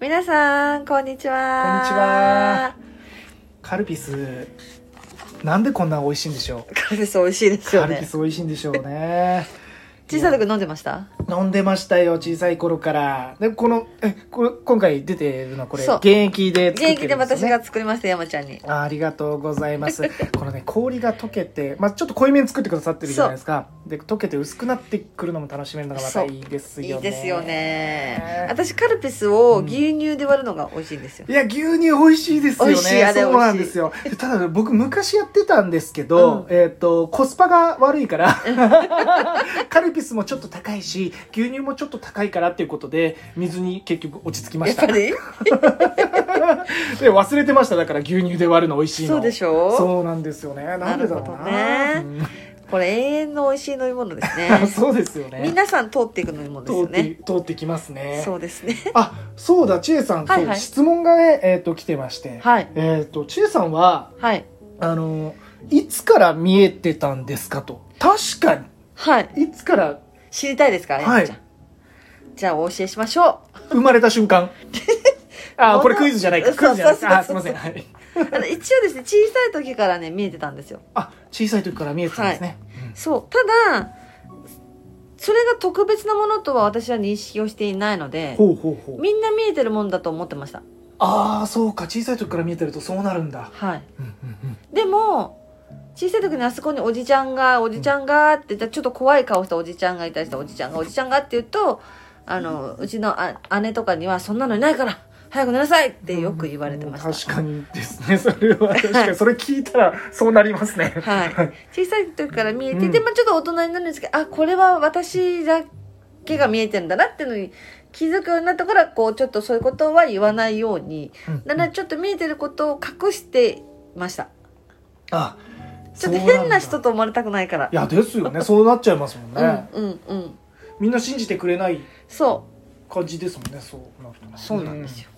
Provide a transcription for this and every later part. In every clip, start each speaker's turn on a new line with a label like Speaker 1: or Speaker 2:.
Speaker 1: 皆さん、こんにちは。
Speaker 2: こんにちは。カルピスなんでこんな美味しいんでしょ
Speaker 1: カルピス美味しいです
Speaker 2: う、
Speaker 1: よ
Speaker 2: カルピ
Speaker 1: ね。
Speaker 2: ス美味しいんでしょうね
Speaker 1: 小さい時飲んでました
Speaker 2: 飲んでましたよ小さい頃からでこのえこれ今回出てるのはこれ
Speaker 1: そう
Speaker 2: 現役で作
Speaker 1: 現
Speaker 2: ってるんです、ね、
Speaker 1: 役で私が作りました、山ちゃんに。
Speaker 2: あありがとうございます。このね、氷が溶けて、まあちょっと濃いめに作ってくださってるじゃないですか。で、溶けて薄くなってくるのも楽しめるのがまたいいです
Speaker 1: い
Speaker 2: よね。
Speaker 1: いですよね
Speaker 2: ね。
Speaker 1: 私、カルピスを牛乳で割るのが美味しいんですよ。
Speaker 2: いや、牛乳美味しいですよね。
Speaker 1: 美味しいあれ
Speaker 2: そうなん
Speaker 1: 美
Speaker 2: で
Speaker 1: 味しい
Speaker 2: すよ。ただね、僕昔やってたんですけど、
Speaker 1: う
Speaker 2: えっ、と、コスパが悪い から、カルピスもちょっと高いし、牛乳もちょっと高いからっていうことで、水に結局落ち着きま
Speaker 1: やっ
Speaker 2: し
Speaker 1: ぱ
Speaker 2: た。で、
Speaker 1: り
Speaker 2: 忘れてました。だから牛乳で割るの美味しいの。
Speaker 1: そうでしょ
Speaker 2: そうなんですよね。なんでだろうな。
Speaker 1: なるほど
Speaker 2: ね。
Speaker 1: これ永遠の美味しい飲み物ですね。
Speaker 2: そうですよね。
Speaker 1: 皆さん通っていく飲み物です
Speaker 2: 通
Speaker 1: よ
Speaker 2: って、
Speaker 1: ね。
Speaker 2: 通ってきますね。
Speaker 1: そうですね。
Speaker 2: あ、そうだ、ちえさん、
Speaker 1: はいはい
Speaker 2: そう質問がね、えっ、と、来てまして。
Speaker 1: はい。
Speaker 2: えっ、と、ちえさんは、
Speaker 1: はい。
Speaker 2: あの、いつから見えてたんですかと。確か
Speaker 1: はい。
Speaker 2: に、いつから
Speaker 1: 知りたいですか
Speaker 2: はい
Speaker 1: 山ちゃん。じゃあ、お教えしましょう。
Speaker 2: 生まれた瞬 間。あ、これクイズじゃないか。
Speaker 1: そう
Speaker 2: クイズじゃないです。あ、す
Speaker 1: そ
Speaker 2: いう
Speaker 1: そ
Speaker 2: ま
Speaker 1: うそ
Speaker 2: せ。
Speaker 1: うん
Speaker 2: はい。
Speaker 1: あの一応ですね、小さい時からね、見えてたんですよ。
Speaker 2: あ、小さい時から見えてたんですね。
Speaker 1: そう。ただ、それが特別なものとは私は認識をしていないので、
Speaker 2: うんほうほうほう。
Speaker 1: みんな見えてるもんだと思ってました。
Speaker 2: ああ、そうか。小さい時から見えてるとそうなるんだ。
Speaker 1: はい。
Speaker 2: うんうん
Speaker 1: でも、小さい時にあそこにおじちゃんが、おじちゃんがって、ちょっと怖い顔したおじちゃんがいたりしたおじちゃんが、おじちゃんがって言うと、あの、うちのあ姉とかには、そんなのいないから、早く寝なさいって
Speaker 2: うん。
Speaker 1: よく言われてました。
Speaker 2: 確かにですね。それは確かに。それ聞いたらそうなりますね。
Speaker 1: はい。小さい時から見えて
Speaker 2: うん
Speaker 1: て、まあちょっと大人になるんですけど、あ、これは私だけが見えてるんだなっていうのに気づくようになったから、こう、ちょっとそういうことは言わないように、
Speaker 2: うん
Speaker 1: だんだんちょっと見えてることを隠してました。
Speaker 2: あ
Speaker 1: ちょっと変な
Speaker 2: そ
Speaker 1: 人
Speaker 2: うだ
Speaker 1: と思われたくないから
Speaker 2: い。やですよねそうなっちゃいますもんね、
Speaker 1: うん、うん、うん。
Speaker 2: みんな信じてくれない
Speaker 1: そ
Speaker 2: 感じですもんねそうなるとね
Speaker 1: う、そうなんですよ。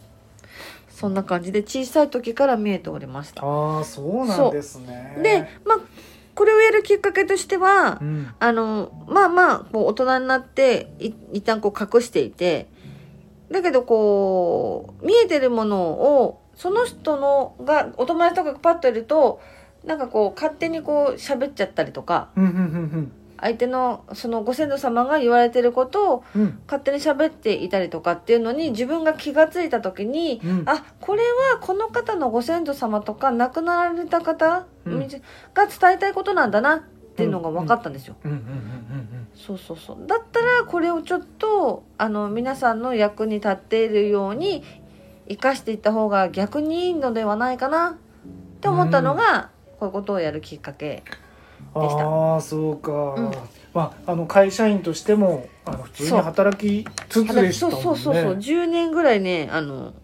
Speaker 1: そんな感じで、小さい時から見えておりました。
Speaker 2: ああそうなんですね
Speaker 1: で、まあ、これをやるきっかけとしては
Speaker 2: う、ん、
Speaker 1: あの、まあまあ、こう大人になって、い一旦こう隠していて、だけどこう、見えてるものを、その人のが、お友達とかパッといると、なんかこう、勝手にこう、喋っちゃったりとか、
Speaker 2: うんうんうん
Speaker 1: 相手の、そのご先祖様が言われてることを、
Speaker 2: うんうん
Speaker 1: 勝手に喋っていたりとかっていうのに、自分が気がついた時に、
Speaker 2: うん
Speaker 1: あこれはこの方のご先祖様とか亡くなられた方
Speaker 2: うん
Speaker 1: が伝えたいことなんだなっていうのが分かったんですよ。
Speaker 2: うんうんうんうん
Speaker 1: そうそうそうだったらこれをちょっとあの皆さんの役に立っているように生かしていった方が逆にいいのではないかなって思ったのが、こういうことをやるきっかけでした
Speaker 2: ああそうか、
Speaker 1: ん
Speaker 2: まああの会社員としてもあの普通に働きつつでした
Speaker 1: そう
Speaker 2: もんね
Speaker 1: そうそうそう10年ぐらいねあの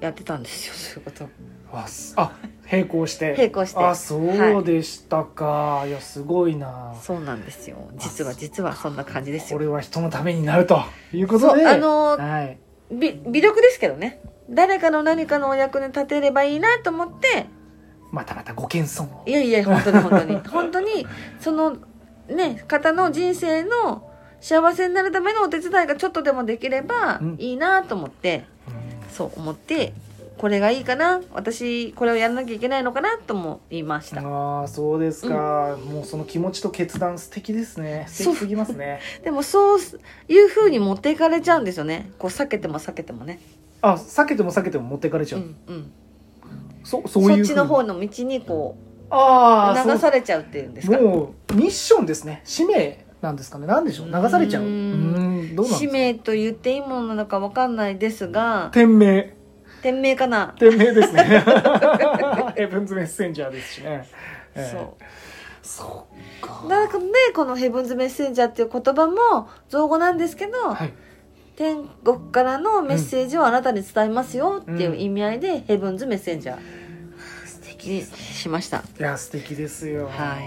Speaker 1: やってたんですよそういうこと
Speaker 2: あすあ並行して
Speaker 1: 並行して
Speaker 2: あそうでしたか、い、やすごいな
Speaker 1: そうなんですよ実は実はそんな感じです
Speaker 2: こ
Speaker 1: よ
Speaker 2: れは人のためになるということで
Speaker 1: そうあの
Speaker 2: はい
Speaker 1: び微力ですけどね誰かの何かのお役に立てればいいなと思って
Speaker 2: またまたご謙遜を
Speaker 1: いやいや本当に本当に本当にそのね方の人生の幸せになるためのお手伝いがちょっとでもできれば
Speaker 2: うん
Speaker 1: いいなと思って、そう思ってこれがいいかな私これをやらなきゃいけないのかなとも言いました、
Speaker 2: ああそうですか、もうその気持ちと決断素敵ですね素敵すぎますね
Speaker 1: でもそういう風に持っていかれちゃうんですよねこう避けても避けてもね
Speaker 2: あ避けても避けても持ってかれち
Speaker 1: う
Speaker 2: ゃう、
Speaker 1: んうん
Speaker 2: そそう
Speaker 1: そ
Speaker 2: いう
Speaker 1: っ
Speaker 2: ふう
Speaker 1: ちの方の道にこう
Speaker 2: ああ
Speaker 1: 流されちゃうっていうんですか
Speaker 2: そうもうミッションですね使命なんですかねなんでしょう流されちゃう
Speaker 1: う
Speaker 2: うー
Speaker 1: ーん
Speaker 2: んどうなんで
Speaker 1: 使
Speaker 2: すか
Speaker 1: 命と言っていいものなのかわかんないですが
Speaker 2: 天命
Speaker 1: 天命かな
Speaker 2: 天命ですね ヘブンズメッセンジャーですしね、ええ
Speaker 1: そう
Speaker 2: そうか
Speaker 1: なんかね、このヘブンズメッセンジャーっていう言葉も造語なんですけど、
Speaker 2: はい
Speaker 1: 天国からのメッセージをあなたに伝えますよっていう意味合いで、ヘブンズメッセンジャーにしました。
Speaker 2: いや素敵ですよ
Speaker 1: はい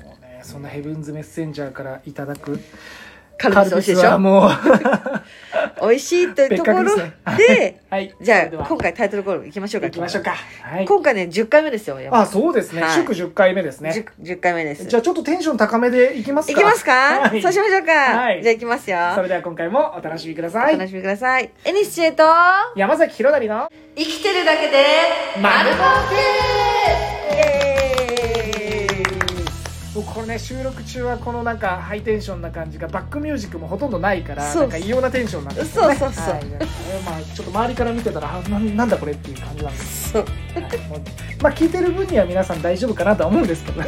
Speaker 2: もうねそんなヘブンズメッセンジャーからいただく
Speaker 1: カルピス美味しいでし
Speaker 2: は
Speaker 1: ょ
Speaker 2: もう
Speaker 1: 美美味しいというところ
Speaker 2: 別
Speaker 1: で
Speaker 2: 格ですねはい。
Speaker 1: じゃ
Speaker 2: それで
Speaker 1: あ
Speaker 2: は
Speaker 1: 今回タイトルコールいきましょうか
Speaker 2: 行きましょうか。はい。
Speaker 1: 今回ね10回目ですよ山
Speaker 2: あ、そうですね。
Speaker 1: はい
Speaker 2: 祝10回目です
Speaker 1: 本
Speaker 2: ね。
Speaker 1: 10, 10回目です
Speaker 2: じゃあちょっとテンション高めでいきますか。
Speaker 1: いきますか、
Speaker 2: はい
Speaker 1: そうしましょうか、
Speaker 2: はい
Speaker 1: じゃあいきますよ
Speaker 2: それでは今回もお楽しみくださ
Speaker 1: お
Speaker 2: い。
Speaker 1: 楽しみくださいエニシチェと
Speaker 2: 山崎弘成の
Speaker 1: 生きてるだけで丸儲けイエーイ
Speaker 2: もうこれね収録中はこのなんかハイテンションな感じがバックミュージックもほとんどないから
Speaker 1: そう
Speaker 2: なんか異様なテンションなんですよね
Speaker 1: そうそうそう
Speaker 2: はいまあちょっと周りから見てたらあななんだこれっていう感じなんです
Speaker 1: そう
Speaker 2: けど、はいもうまあ聞いてる分には皆さん大丈夫かなとは思うんですけど、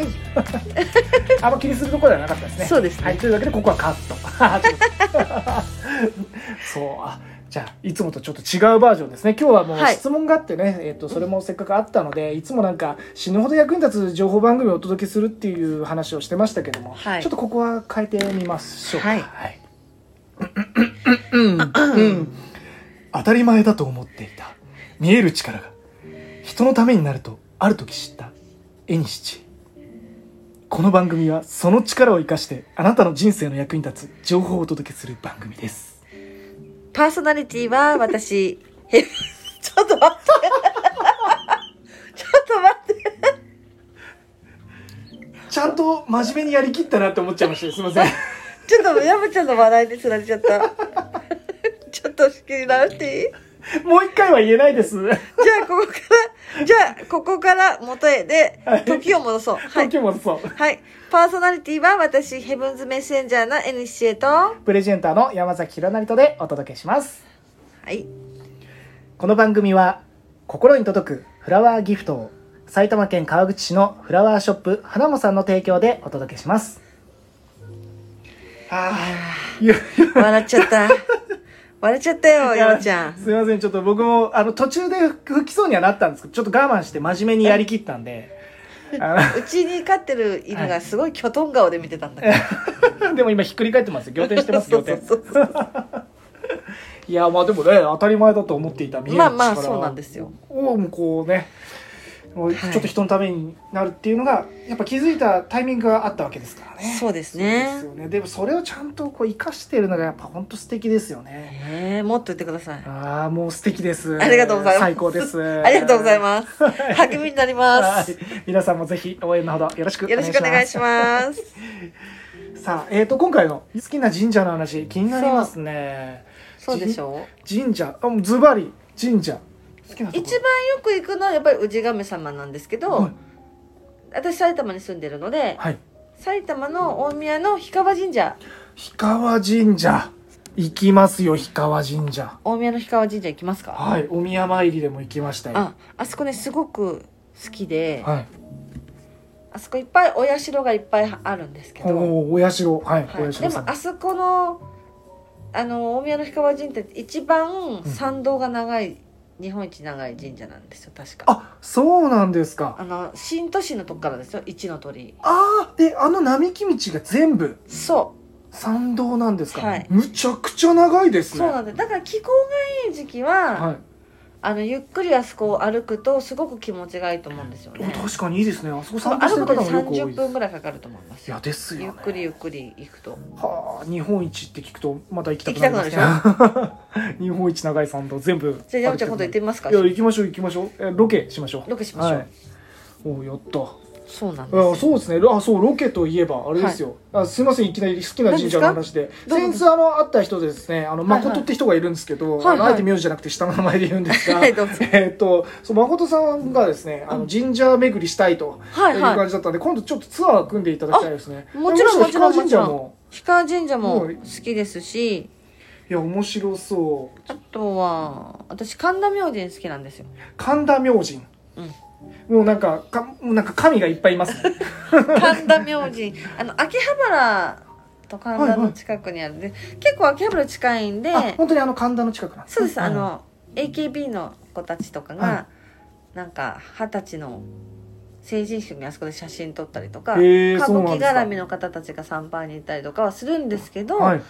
Speaker 2: あんま気にするところではなかったですね
Speaker 1: そうですね
Speaker 2: はいというわけでここはカット そうあじゃあいつもとちょっと違うバージョンですね今日はもう
Speaker 1: はい
Speaker 2: 質問があってね、えっとそれもせっかくあったのでいつもなんか死ぬほど役に立つ情報番組をお届けするっていう話をしてましたけども、
Speaker 1: はい
Speaker 2: ちょっとここは変えてみましょうか
Speaker 1: はい
Speaker 2: いうんうん当たり前だと思っていた見える力が人のためになるとある時知った絵にしちこの番組はその力を生かしてあなたの人生の役に立つ情報をお届けする番組です
Speaker 1: パーソナリティは私 へちょっと待って ちょっと待って
Speaker 2: ちゃんと真面目にやりきったなって思っちゃいま したすいません
Speaker 1: ちょっと山ちゃんの笑いでつられちゃった ちょっと仕切り直していい
Speaker 2: もう一回は言えないです
Speaker 1: じゃあ、ここから、じゃあ、ここから元へで
Speaker 2: はい、
Speaker 1: 時を戻そう。はい。
Speaker 2: 時もそう
Speaker 1: はい。パーソナリティは私、ヘブンズメッセンジャーの NCA と、は
Speaker 2: プレゼンターの山崎弘成とでお届けします
Speaker 1: い。
Speaker 2: この番組は心に届くフラワーギフトを埼玉県川口市のフラワーショップ花もさんの提供でお届けしますああいや
Speaker 1: 笑っちゃった。笑っちゃったよ、
Speaker 2: いや
Speaker 1: 山ちゃん。
Speaker 2: すいません、ちょっと僕も、あの、途中で吹きそうにはなったんですけど、ちょっと我慢して真面目にやりきったん で、あ
Speaker 1: うちに飼ってる犬がすごいキョトン顔で見てたんだけど。
Speaker 2: のでも今ひっくり返ってますよ。仰天してます、
Speaker 1: そ
Speaker 2: 仰
Speaker 1: うそう
Speaker 2: 天。
Speaker 1: そうそう。
Speaker 2: いや、まあでもね、当たり前だと思っていた見える
Speaker 1: まあ
Speaker 2: 力
Speaker 1: まあ、そうなんですよ。
Speaker 2: を、もうこうね、もうち
Speaker 1: は
Speaker 2: ょ
Speaker 1: い
Speaker 2: っと人のためになるっていうのが、やっぱ気づいたタイミングがあったわけですからね。
Speaker 1: そうです
Speaker 2: そう
Speaker 1: ね
Speaker 2: です。よね。でもそれをちゃんとこう生かしてるのがやっぱ本当素敵ですよね。
Speaker 1: えー、もっと言ってください。
Speaker 2: ああ、もう素敵です。
Speaker 1: ありがとうございます
Speaker 2: 最高です。
Speaker 1: ありがとうござい
Speaker 2: す。
Speaker 1: ます。励みになりま
Speaker 2: は
Speaker 1: す
Speaker 2: い。、皆さんもぜひ応援のほどよろしくお
Speaker 1: よ
Speaker 2: 願い
Speaker 1: ろ
Speaker 2: しま
Speaker 1: し
Speaker 2: す。
Speaker 1: くお願いします。
Speaker 2: さあ、えー、と今回の好きな神社の話気になりますね。
Speaker 1: そうでしょう
Speaker 2: 神社あもうズバリ神社好きなところ
Speaker 1: 一番よく行くのはやっぱり氏神様なんですけど、
Speaker 2: はい
Speaker 1: 私埼玉に住んでるので
Speaker 2: はい
Speaker 1: 埼玉の大宮の氷川神社
Speaker 2: 氷川神社行きますよ氷川神社。
Speaker 1: 大宮の氷川神社行きますか、
Speaker 2: はいお宮参りでも行きましたよ。
Speaker 1: ああそこねすごく好きで、
Speaker 2: はい。
Speaker 1: あそこいっぱいお社がいっぱいあるんですけ
Speaker 2: お
Speaker 1: ど、
Speaker 2: おお社はい、
Speaker 1: はい
Speaker 2: お
Speaker 1: で
Speaker 2: 社
Speaker 1: も
Speaker 2: さん。
Speaker 1: あそこのあの大宮の氷川神社って一番参道が長い、日本一長い神社なんですよ確か
Speaker 2: あそうなんですか。
Speaker 1: あの新都心のとこからですよ一の鳥居
Speaker 2: ああであの並木道が全部
Speaker 1: そう
Speaker 2: 参道なんですか。
Speaker 1: はい
Speaker 2: むちゃくちゃ長いですね。
Speaker 1: そうなんですだから気候がいい時期は、
Speaker 2: はい。
Speaker 1: あのゆっくりあそこを歩くとすごく気持ちがいいと思うんですよね
Speaker 2: 確かにいいですね。あそこ参加して
Speaker 1: 歩
Speaker 2: る
Speaker 1: く
Speaker 2: 方
Speaker 1: と
Speaker 2: もよく多いです。
Speaker 1: 30分ぐらいかかると思います
Speaker 2: いや
Speaker 1: よ
Speaker 2: ですよ、ね、
Speaker 1: ゆっくりゆっくり行くと
Speaker 2: はあ日本一って聞くとまた行きたくなりますね
Speaker 1: 行
Speaker 2: 日本一長い参道全部
Speaker 1: じゃあ山ちゃん今度行ってみますか
Speaker 2: いや行きましょう行きましょうえロケしましょう
Speaker 1: ロケしましょう
Speaker 2: はい、おやった
Speaker 1: そうなんです
Speaker 2: あ
Speaker 1: よ
Speaker 2: そうですねあそうロケといえばあれですよ、あすいませんいきなり好きな神社の話で
Speaker 1: どうぞ
Speaker 2: 先日あの会った人でですねあの
Speaker 1: はいはい
Speaker 2: 誠って人がいるんですけど、
Speaker 1: はいはい
Speaker 2: あえて名字じゃなくて下の名前で言うんですが、
Speaker 1: はいどうぞ
Speaker 2: えっとそう誠さんがですねあの神社巡りしたいと
Speaker 1: はいいうは
Speaker 2: 感じだったんで、今度ちょっとツアー組んでいただきたいですね
Speaker 1: あもちろん
Speaker 2: でしろ
Speaker 1: もちろん
Speaker 2: 氷川神社も
Speaker 1: い氷川神社も
Speaker 2: もう
Speaker 1: 好きですし
Speaker 2: いや面白そう
Speaker 1: あとは私神田明神好きなんですよ
Speaker 2: 神田明神、
Speaker 1: うん
Speaker 2: もうなんかかもうなんか神がいっぱいいます ね
Speaker 1: 神田 明神あの秋葉原と神田の近くにあるんで、結構秋葉原近いんで
Speaker 2: あ本当にあの神田の近くなんです
Speaker 1: そ
Speaker 2: ね、
Speaker 1: うです、あ
Speaker 2: ん
Speaker 1: の AKB の子たちとかが、
Speaker 2: は
Speaker 1: なんか二十歳の成人式にあそこで写真撮ったりとか、
Speaker 2: へー
Speaker 1: 歌
Speaker 2: そう
Speaker 1: 舞
Speaker 2: なん
Speaker 1: 伎
Speaker 2: ですか
Speaker 1: 絡みの方たちが参拝に行ったりとかはするんですけど、
Speaker 2: はい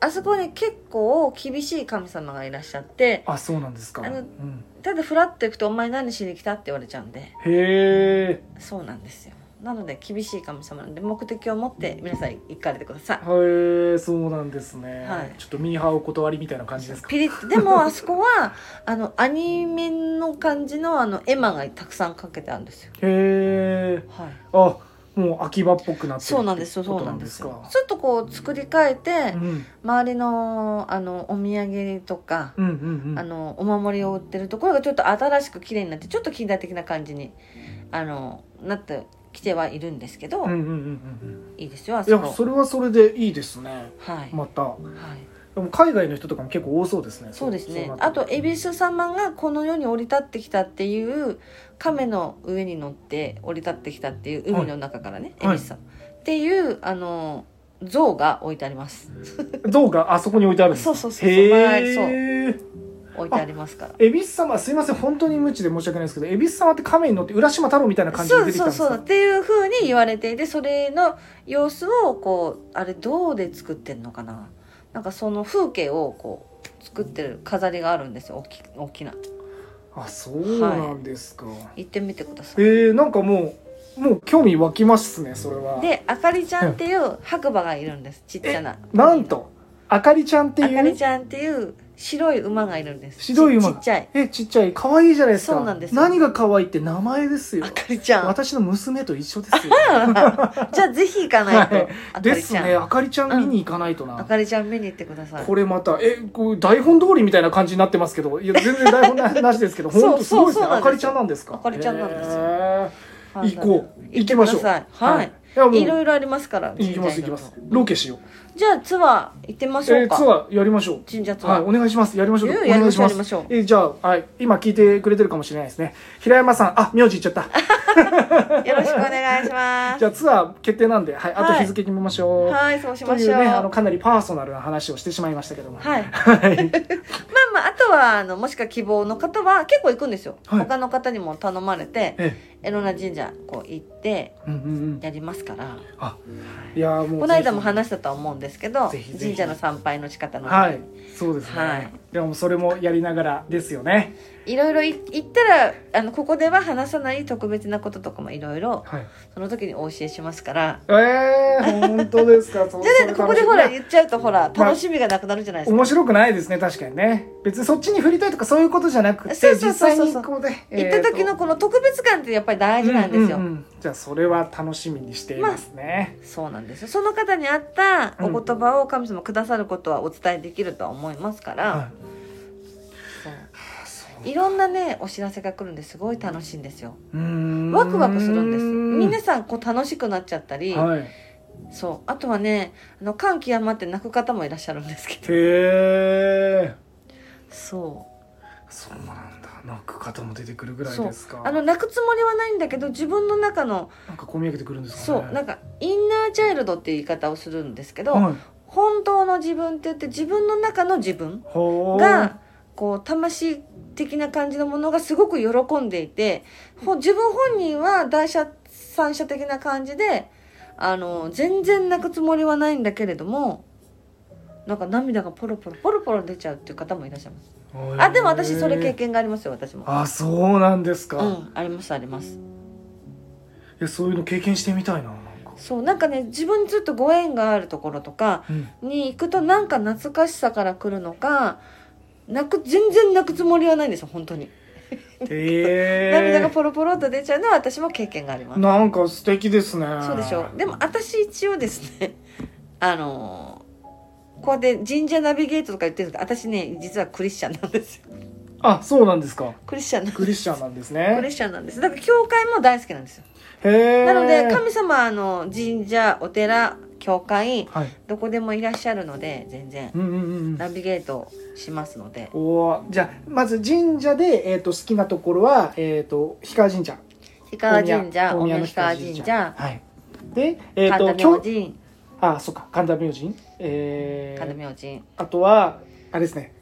Speaker 1: あそこに結構厳しい神様がいらっしゃって
Speaker 2: あそうなんですか、
Speaker 1: あの
Speaker 2: うん
Speaker 1: ただフラッと行くと「お前何しに来た?」って言われちゃうんで
Speaker 2: へえ
Speaker 1: そうなんですよなので厳しい神様なんで目的を持って皆さん行かれてください
Speaker 2: へえそうなんですね、
Speaker 1: はい
Speaker 2: ちょっとミーハーお断りみたいな感じですか
Speaker 1: ピリッでもあそこは あのアニメの感じのあの絵馬がたくさんかけてあるんですよ、
Speaker 2: へえ
Speaker 1: はい、
Speaker 2: あもう秋葉っぽくなってる
Speaker 1: そうなんですよ
Speaker 2: ってこ
Speaker 1: そ
Speaker 2: と
Speaker 1: うな
Speaker 2: なんん
Speaker 1: で
Speaker 2: ですす
Speaker 1: よ
Speaker 2: か
Speaker 1: ちょっとこう作り変えて
Speaker 2: うん
Speaker 1: 周りのあのお土産とか、
Speaker 2: うんうんう
Speaker 1: あ
Speaker 2: ん
Speaker 1: のお守りを売ってるところがちょっと新しく綺麗になってちょっと近代的な感じにあのなってきてはいるんですけど、
Speaker 2: うんうんうんうん
Speaker 1: いいですよあ
Speaker 2: い
Speaker 1: そこ
Speaker 2: やそれはそれでいいですね
Speaker 1: はい、
Speaker 2: また
Speaker 1: はい、
Speaker 2: でも海外の人とかも結構多そうですね
Speaker 1: そうですね
Speaker 2: なって
Speaker 1: あと恵比寿様がこの世に降り立ってきたっていう亀の上に乗って降り立ってきたっていう海の中からね、
Speaker 2: はい
Speaker 1: 恵比寿様っていうあの像が置いてあります
Speaker 2: 像があそこに置いてあるんですか
Speaker 1: そうそうそうそう
Speaker 2: へえ
Speaker 1: 置いてありますから
Speaker 2: 恵比寿様すいません本当に無知で申し訳ないですけど恵比寿様って亀に乗って浦島太郎みたいな感じで出
Speaker 1: そう
Speaker 2: てきたんで
Speaker 1: そう
Speaker 2: すか
Speaker 1: そうっていうふうに言われていてそれの様子をこうあれ銅で作ってんのかななんかその風景をこう作ってる飾りがあるんですよ大き大きな
Speaker 2: あそうなんですか、
Speaker 1: 行ってみてください
Speaker 2: えー、なんかもうもう興味湧きますねそれは
Speaker 1: であかりちゃんっていう白馬がいるんですちっちゃな
Speaker 2: なんとあかりちゃんって
Speaker 1: あ
Speaker 2: い
Speaker 1: かり
Speaker 2: う
Speaker 1: ちゃんっていう白い馬がいるんです
Speaker 2: 白い馬
Speaker 1: ちちっちゃい
Speaker 2: えちっちゃい可愛いじゃないですか
Speaker 1: そうなんですよ
Speaker 2: 何が可愛いって名前ですよ
Speaker 1: あかりちゃん
Speaker 2: 私の娘と一緒ですよ
Speaker 1: じゃあぜひ行かないと、
Speaker 2: はい
Speaker 1: あか
Speaker 2: で
Speaker 1: り
Speaker 2: す
Speaker 1: ちゃん、
Speaker 2: ねあかりちゃん見に行かないとな、
Speaker 1: あかりちゃん見に行ってください
Speaker 2: これまたえこう台本通りみたいな感じになってますけどいや全然台本ななしですけど
Speaker 1: そう
Speaker 2: 本当すごいですね
Speaker 1: そうそうなんですよ
Speaker 2: あかりちゃんなんですか
Speaker 1: あかりちゃんなんですよ
Speaker 2: へ
Speaker 1: は
Speaker 2: ー
Speaker 1: い
Speaker 2: 行こう行きましょう
Speaker 1: 行ってくださいはい、
Speaker 2: やもう
Speaker 1: いろいろありますから
Speaker 2: 行きます
Speaker 1: 神
Speaker 2: 行き
Speaker 1: 社
Speaker 2: ます
Speaker 1: と
Speaker 2: ロケしよう
Speaker 1: じゃあツアー行ってみましょ
Speaker 2: え
Speaker 1: う
Speaker 2: ー
Speaker 1: か、
Speaker 2: ツアーやりましょう
Speaker 1: 神社ツアー、
Speaker 2: はい、お願いします。やりましょう。お
Speaker 1: うんやり
Speaker 2: 願
Speaker 1: ま
Speaker 2: い
Speaker 1: し
Speaker 2: し
Speaker 1: ょう
Speaker 2: ま
Speaker 1: やりまし
Speaker 2: す
Speaker 1: ょう。
Speaker 2: えーじゃあ、はい、今聞いてくれてるかもしれないですね。平山さん、あ、名字言っちゃった。
Speaker 1: よろしくお願い
Speaker 2: じ
Speaker 1: します
Speaker 2: ゃあツアー決定なんで、はい、あと
Speaker 1: はい
Speaker 2: 日付決めましょう。
Speaker 1: はいそうし
Speaker 2: と
Speaker 1: ま
Speaker 2: い
Speaker 1: しょ
Speaker 2: う
Speaker 1: う
Speaker 2: ね、あの、かなりパーソナルな話をしてしまいましたけども。
Speaker 1: はい
Speaker 2: はい。
Speaker 1: まあまああとはあのもしくは希望の方は結構行くんですよ、
Speaker 2: はい
Speaker 1: 他の方にも頼まれて
Speaker 2: え
Speaker 1: いろんな神社こう行って
Speaker 2: え、うんうんうん。
Speaker 1: やりますから
Speaker 2: あ、いやーもう。
Speaker 1: この間も話したとは思うんですけど
Speaker 2: ぜひぜひ
Speaker 1: 神社の参拝の仕方の、
Speaker 2: はい、そうですね。
Speaker 1: はい
Speaker 2: でもそれもやりながらですよね。
Speaker 1: い、ろいろい行ったらあのここでは話さない特別なこととかもいろいろ
Speaker 2: はい。
Speaker 1: その時にお教えしますから
Speaker 2: ええ ー、本当ですか。じ
Speaker 1: じゃないとここでほら言っちゃうとほら
Speaker 2: まあ
Speaker 1: 楽しみがなくなるじゃないですか、
Speaker 2: 面白くないですね、確かにね。別にそっちに振りたいとかそういうことじゃなくて、
Speaker 1: そうそう
Speaker 2: 実
Speaker 1: そう
Speaker 2: 際
Speaker 1: そう
Speaker 2: にこうで。
Speaker 1: 行った時のこの特別感ってやっぱり大事なんですよ、
Speaker 2: うううんじゃあそれは楽しみにしていますね、
Speaker 1: そうなんですよその方に合ったお言葉を神様くださることはお伝えできるとは思いますから、
Speaker 2: はい
Speaker 1: そう
Speaker 2: あそう
Speaker 1: いろんなねお知らせが来るんですごい楽しいんですよ
Speaker 2: うーん
Speaker 1: ワクワクするんです皆さんこう楽しくなっちゃったり、
Speaker 2: はい、
Speaker 1: そうあとはねあの感極まって泣く方もいらっしゃるんですけど
Speaker 2: へえ
Speaker 1: そ
Speaker 2: そうなんだ泣く方も出てくるぐ
Speaker 1: う
Speaker 2: らい
Speaker 1: そう
Speaker 2: ですか
Speaker 1: あの泣くつもりはないんだけど自分の中の
Speaker 2: なんかこみ上げてくるんですか
Speaker 1: そ
Speaker 2: ね
Speaker 1: うなんかインナーチャイルドっていう言い方をするんですけど、
Speaker 2: はい
Speaker 1: 本当の自分って言って自分の中の自分
Speaker 2: ほー
Speaker 1: がこう魂的な感じのものがすごく喜んでいてほ自分本人は第三者的な感じであの全然泣くつもりはないんだけれどもなんか涙がポロポロポロポロ出ちゃうっていう方もいらっしゃいますあでも私それ経験がありますよ私も
Speaker 2: あそうなんですか、
Speaker 1: う
Speaker 2: い
Speaker 1: んありますあります
Speaker 2: やそういうの経験してみたいななんか、
Speaker 1: そうなんかね自分にずっとご縁があるところとか
Speaker 2: うん、
Speaker 1: に行くとなんか懐かしさから来るのか泣く全然泣くつもりはないんですよ本当
Speaker 2: へ
Speaker 1: に
Speaker 2: え
Speaker 1: 涙がポロポロっと出ちゃうのは私も経験があります
Speaker 2: なんか素敵ですね
Speaker 1: そうでしょでも私一応ですね あのーこうやって神社ナビゲートとか言ってるんですけど私ね実はクリスチャンなんですよ
Speaker 2: あそうなんですか
Speaker 1: クリスチャンなんです
Speaker 2: クリスチャンなんです
Speaker 1: クリ
Speaker 2: ね
Speaker 1: スチャンなんですだから教会も大好きなんですよ
Speaker 2: へえ
Speaker 1: なので神様あの神社お寺教会
Speaker 2: はい
Speaker 1: どこでもいらっしゃるので全然
Speaker 2: うんうんうんうん
Speaker 1: ナビゲートしますので
Speaker 2: おーじゃあまず神社で、えー、と好きなところは、えー、と氷川神社
Speaker 1: 氷川神社
Speaker 2: 大宮
Speaker 1: 大宮
Speaker 2: の
Speaker 1: 氷川神社
Speaker 2: はいでえっ、
Speaker 1: 神田
Speaker 2: と
Speaker 1: 明
Speaker 2: 京
Speaker 1: 神
Speaker 2: あそうか神田明神え
Speaker 1: 神
Speaker 2: ー、
Speaker 1: 田明神
Speaker 2: あとはあれですね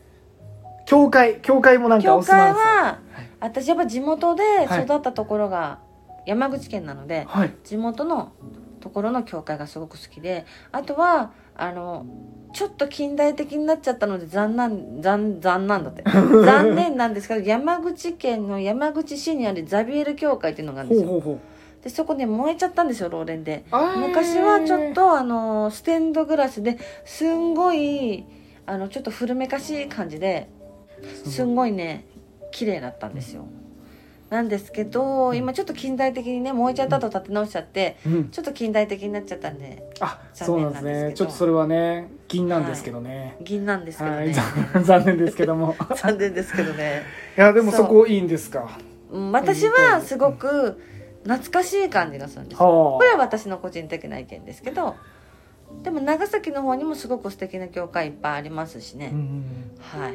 Speaker 2: 教会教会もなんか
Speaker 1: 教
Speaker 2: おすすめな
Speaker 1: 会
Speaker 2: んですよ
Speaker 1: は
Speaker 2: はい
Speaker 1: 私やっぱ地元で育ったところが山口県なので
Speaker 2: はい
Speaker 1: 地元のところの教会がすごく好きであとはあのちょっと近代的になっちゃったので残念残残念だって残念なんですけど山口県の山口市にあるザビエル教会っていうのがある
Speaker 2: ほう
Speaker 1: んですよ
Speaker 2: ほうほ
Speaker 1: でそこね燃えちゃったんですよローレンで
Speaker 2: 昔
Speaker 1: 昔はちょっとあのステンドグラスですんごいあのちょっと古めかしい感じで
Speaker 3: そ
Speaker 1: す
Speaker 3: の
Speaker 1: んごいね綺麗だったんですよなんですけど今ちょっと近代的にね燃えちゃったと立て直しちゃって
Speaker 2: うん
Speaker 1: ちょっと近代的になっちゃったんで
Speaker 2: あそうなんです
Speaker 1: 残念なんですけ
Speaker 2: ね
Speaker 1: ど
Speaker 2: ちょっとそれはね銀なんですけどね
Speaker 1: 銀なんですけど
Speaker 2: はい
Speaker 1: ね
Speaker 2: 残残念ですけども
Speaker 1: 残念ですけどね
Speaker 2: いやでも
Speaker 1: そ
Speaker 2: そ
Speaker 1: う
Speaker 2: こいいんですか
Speaker 1: うん私はすごく懐かしい感じがするんですよ
Speaker 2: は
Speaker 1: これは私の個人的な意見ですけどでも長崎の方にもすごく素敵な教会いっぱいありますし
Speaker 3: うんう
Speaker 1: ね、
Speaker 3: ん
Speaker 1: はい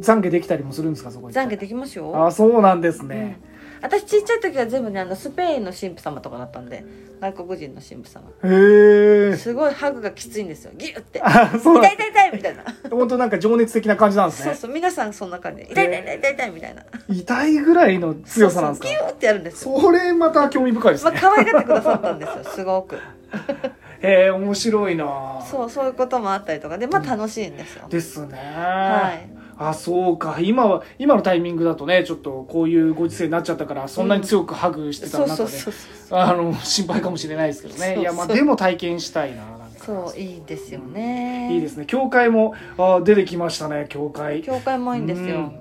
Speaker 2: 懺悔できたりもするんですかそこに
Speaker 1: 懺悔できますよ
Speaker 2: あそうなんですね
Speaker 1: うん私ちっちゃい時は全部ねあのスペインの神父様とかだったんで外国人の神父様
Speaker 2: へえ
Speaker 1: すごいハグがきついんですよギュって
Speaker 2: あそうな
Speaker 1: 痛
Speaker 2: ん
Speaker 1: い痛い痛いみたいな
Speaker 2: 本当なんか情熱的な感じなんです
Speaker 1: そう
Speaker 2: ね
Speaker 1: そう皆さんそんな感じ痛い痛い痛い痛い痛いみたいな
Speaker 2: 痛いぐらいの強さなんです
Speaker 1: そうそう
Speaker 2: か
Speaker 1: ギュってやるんですよ
Speaker 2: それまた興味深いです
Speaker 1: まあ
Speaker 2: ね
Speaker 1: 可愛がってくださったんですよす ごく
Speaker 2: へえ面白いな
Speaker 1: そうそういうこともあったりとかでまあ楽しいんですよ、
Speaker 2: ですね
Speaker 1: はい
Speaker 2: あそうか今は今のタイミングだとねちょっとこういうご時世になっちゃったからそんなに強くハグしてた
Speaker 1: そうそ
Speaker 2: 中
Speaker 1: う
Speaker 2: で
Speaker 1: そう
Speaker 2: あの心配かもしれないですけどねいやまあ
Speaker 1: そうそう
Speaker 2: でも体験したいななんか
Speaker 1: そういいですよね
Speaker 2: いいですね教会もあ出てきましたね教会
Speaker 1: 教会もいいんですよ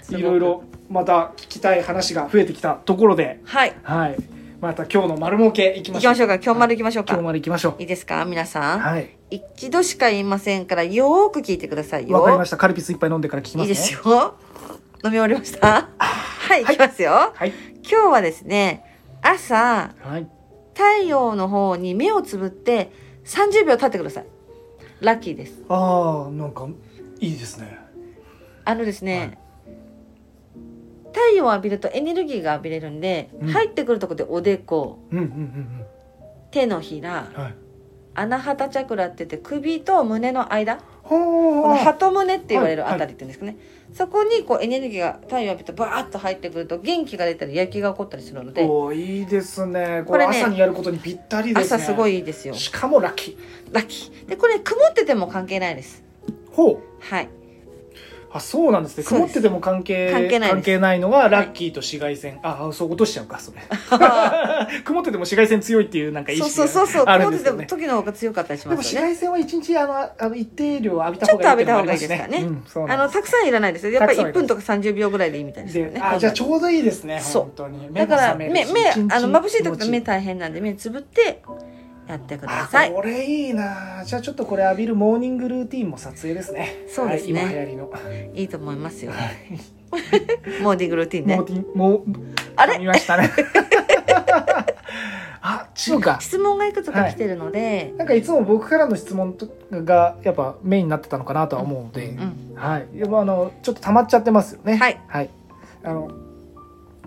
Speaker 1: す
Speaker 2: うんい
Speaker 1: ごく
Speaker 2: ろいろまた聞きたい話が増えてきたところで
Speaker 1: はい
Speaker 2: はいまた今日の丸儲けいき
Speaker 1: 行
Speaker 2: ま
Speaker 1: き
Speaker 2: しょう
Speaker 1: ましょうか今日まで行きましょう
Speaker 2: 今日
Speaker 1: か
Speaker 2: までいきましょ
Speaker 1: いいですか皆さ
Speaker 2: うんはい
Speaker 1: 一度しか言いませんからよーく聞いてくださいよ
Speaker 2: わかりましたカルピス一杯飲んでから聞きま
Speaker 1: い
Speaker 2: す
Speaker 1: い
Speaker 2: ね
Speaker 1: ですよ飲み終わりましたはい
Speaker 2: は
Speaker 1: 行
Speaker 2: い
Speaker 1: きますよ、
Speaker 2: はい
Speaker 1: 今日はですね朝
Speaker 2: はい
Speaker 1: 太陽の方に目をつぶって30秒経ってくださいラッキーです
Speaker 3: ああなんかいいですね
Speaker 1: あのですね、太陽を浴びるとエネルギーが浴びれるんで、
Speaker 2: うん
Speaker 1: 入ってくるとこでおでこ
Speaker 3: うんうんうん
Speaker 1: 手のひら
Speaker 3: うんはい
Speaker 1: 穴旗チャクラって言って首と胸の間こ
Speaker 2: ほ
Speaker 1: の
Speaker 2: ー
Speaker 1: 鳩胸って言われるあたりって言うんですかね、そこにこうエネルギーが太陽浴びてバーッと入ってくると元気が出たりやる気が起こったりするので
Speaker 2: おーいいですねこ
Speaker 1: こ
Speaker 2: れ
Speaker 1: れね
Speaker 2: 朝にやることにぴったりですね
Speaker 1: 朝すごいいいですよ
Speaker 2: しかもラッキー
Speaker 1: ラッキーでこれ曇ってても関係ないです
Speaker 2: ほう
Speaker 1: はい
Speaker 2: あそうなんですね
Speaker 1: そうです
Speaker 2: 曇ってても関係
Speaker 1: 関係ないです
Speaker 2: のはラッキーと紫外線、ああそう落としちゃうか それ曇ってても紫外線強いっていうなんか意
Speaker 1: そう
Speaker 2: 識
Speaker 1: そうそうそう
Speaker 2: がある
Speaker 1: 曇
Speaker 2: ん
Speaker 1: っ
Speaker 2: です
Speaker 1: て
Speaker 2: よ
Speaker 1: ても
Speaker 2: ね
Speaker 1: 時の方が強かったりし
Speaker 2: でも
Speaker 1: ま
Speaker 2: 紫
Speaker 1: す
Speaker 2: 外線
Speaker 1: よね
Speaker 2: は一日あのあの一定量浴びた方がいいっていうのもありますね
Speaker 1: ちょっと浴びた方がいいですからね
Speaker 2: うんそう
Speaker 1: あ
Speaker 2: なん
Speaker 1: の
Speaker 2: です
Speaker 1: たくさんいらないですよやっぱり
Speaker 2: たくさんいらな
Speaker 1: 1分
Speaker 2: い
Speaker 1: とか30秒ぐらいでいいみたいですよ
Speaker 2: で、
Speaker 1: ね
Speaker 2: あじゃあちょうどいいですね
Speaker 1: そう
Speaker 2: 本当に
Speaker 1: だから目
Speaker 2: 目も覚
Speaker 1: 目
Speaker 2: めるし一日
Speaker 1: あの眩しい時
Speaker 2: 気
Speaker 1: と
Speaker 2: 持ち
Speaker 1: 目大変なんで目つぶってやってくだ
Speaker 2: あ
Speaker 1: さい
Speaker 2: これいいなじゃあちょっとこれ浴びるモーニングルーティーンも撮影ですね
Speaker 1: そうですね
Speaker 2: はい、今流行りの
Speaker 1: いいと思いますよ モーディングルーティンね
Speaker 2: モーティンもう
Speaker 1: あれ
Speaker 2: 見ま したね あ違うか
Speaker 1: 質問がいくつか来てるので、
Speaker 2: なんかいつも僕からの質問とがやっぱメインになってたのかなとは思うので、
Speaker 1: うん
Speaker 2: はいでもあのちょっと溜まっちゃってますよね
Speaker 1: はい、
Speaker 2: あの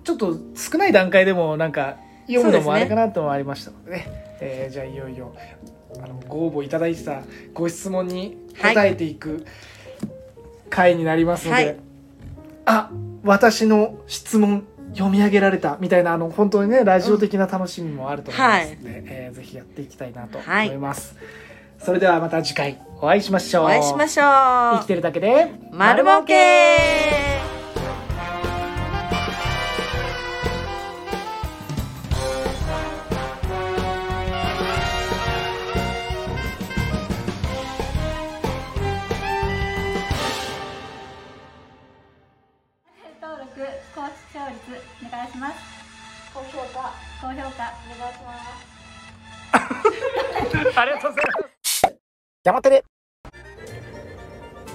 Speaker 2: ちょっと少ない段階でもなんか読むのも
Speaker 1: そうですね
Speaker 2: あれかなともありましたのでねえーじゃあいよいよあのご応募いただいてたご質問に答えていく回になりますので、
Speaker 1: はい
Speaker 2: あ私の質問読み上げられたみたいなあの本当にねラジオ的な楽しみもあると思いますので、えーぜひやっていきたいなと思います、それではまた次回お会いしましょう
Speaker 1: お会いしましょ
Speaker 2: 生き
Speaker 1: う
Speaker 2: てるだけで
Speaker 1: 丸儲け
Speaker 4: 登録、高視聴率お願いします。高評価、高評価お願いします。
Speaker 2: ありがとうございます。山手で。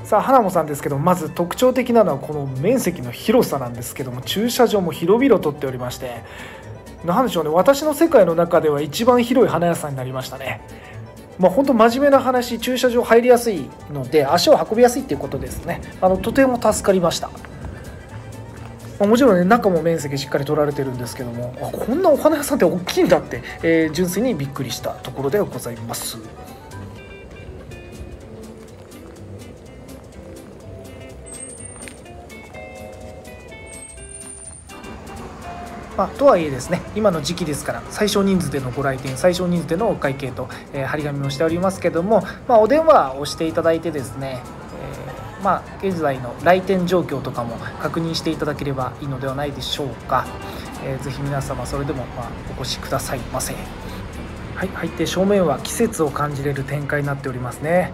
Speaker 2: さあ花もさんですけどまず特徴的なのはこの面積の広さなんですけども駐車場も広々とっておりまして何でしょうね私の世界の中では一番広い花屋さんになりましたねまあ本当真面目な話駐車場入りやすいので足を運びやすいっていうことですねあのとても助かりましたまあもちろんね中も面積しっかり取られてるんですけどもあこんなお花屋さんって大きいんだって、えー純粋にびっくりしたところではございますまあ、とはいえですね今の時期ですから最小人数でのご来店最小人数でのお会計と、えー張り紙をしておりますけども、まあ、お電話をしていただいてですね、えーまあ、現在の来店状況とかも確認していただければいいのではないでしょうか、えーぜひ皆様それでも、まあ、お越しくださいませはい入って正面は季節を感じれる展開になっておりますね、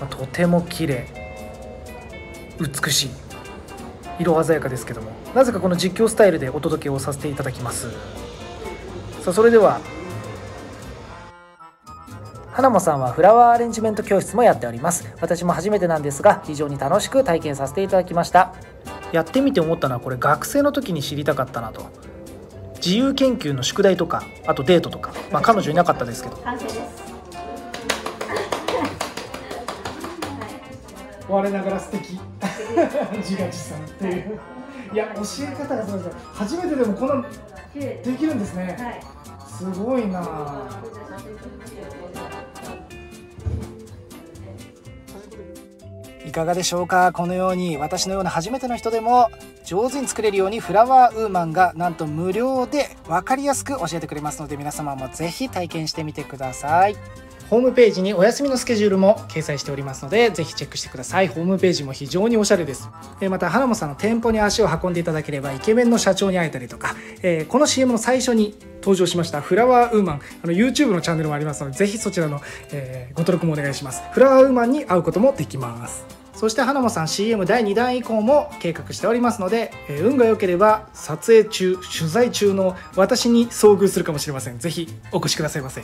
Speaker 2: まあとても綺麗美しい色鮮やかですけどもなぜかこの実況スタイルでお届けをさせていただきますさあそれでは花間さんはフラワーアレンジメント教室もやっております私も初めてなんですが非常に楽しく体験させていただきましたやってみて思ったのはこれ学生の時に知りたかったなと自由研究の宿題とかあとデートとか、まあ、彼女いなかったですけど
Speaker 4: 完成です
Speaker 5: 我ながら素敵自画自賛っていういや教え方がすごいですね初めてでもこんな
Speaker 4: 綺麗
Speaker 5: で
Speaker 4: で
Speaker 5: きるんですね、
Speaker 4: すはい
Speaker 5: すごいな
Speaker 2: はいかがでしょうかこのように私のような初めての人でも上手に作れるようにフラワーウーマンがなんと無料で分かりやすく教えてくれますので皆様もぜひ体験してみてくださいホームページにお休みのスケジュールも掲載しておりますのでぜひチェックしてくださいホームページも非常におしゃれですえーまた花もさんの店舗に足を運んでいただければイケメンの社長に会えたりとか、えーこの CM の最初に登場しましたフラワーウーマンあの YouTube のチャンネルもありますのでぜひそちらの、えーご登録もお願いしますフラワーウーマンに会うこともできますそして花もさん CM 第2弾以降も計画しておりますので、えー運が良ければ撮影中取材中の私に遭遇するかもしれませんぜひお越しくださいませ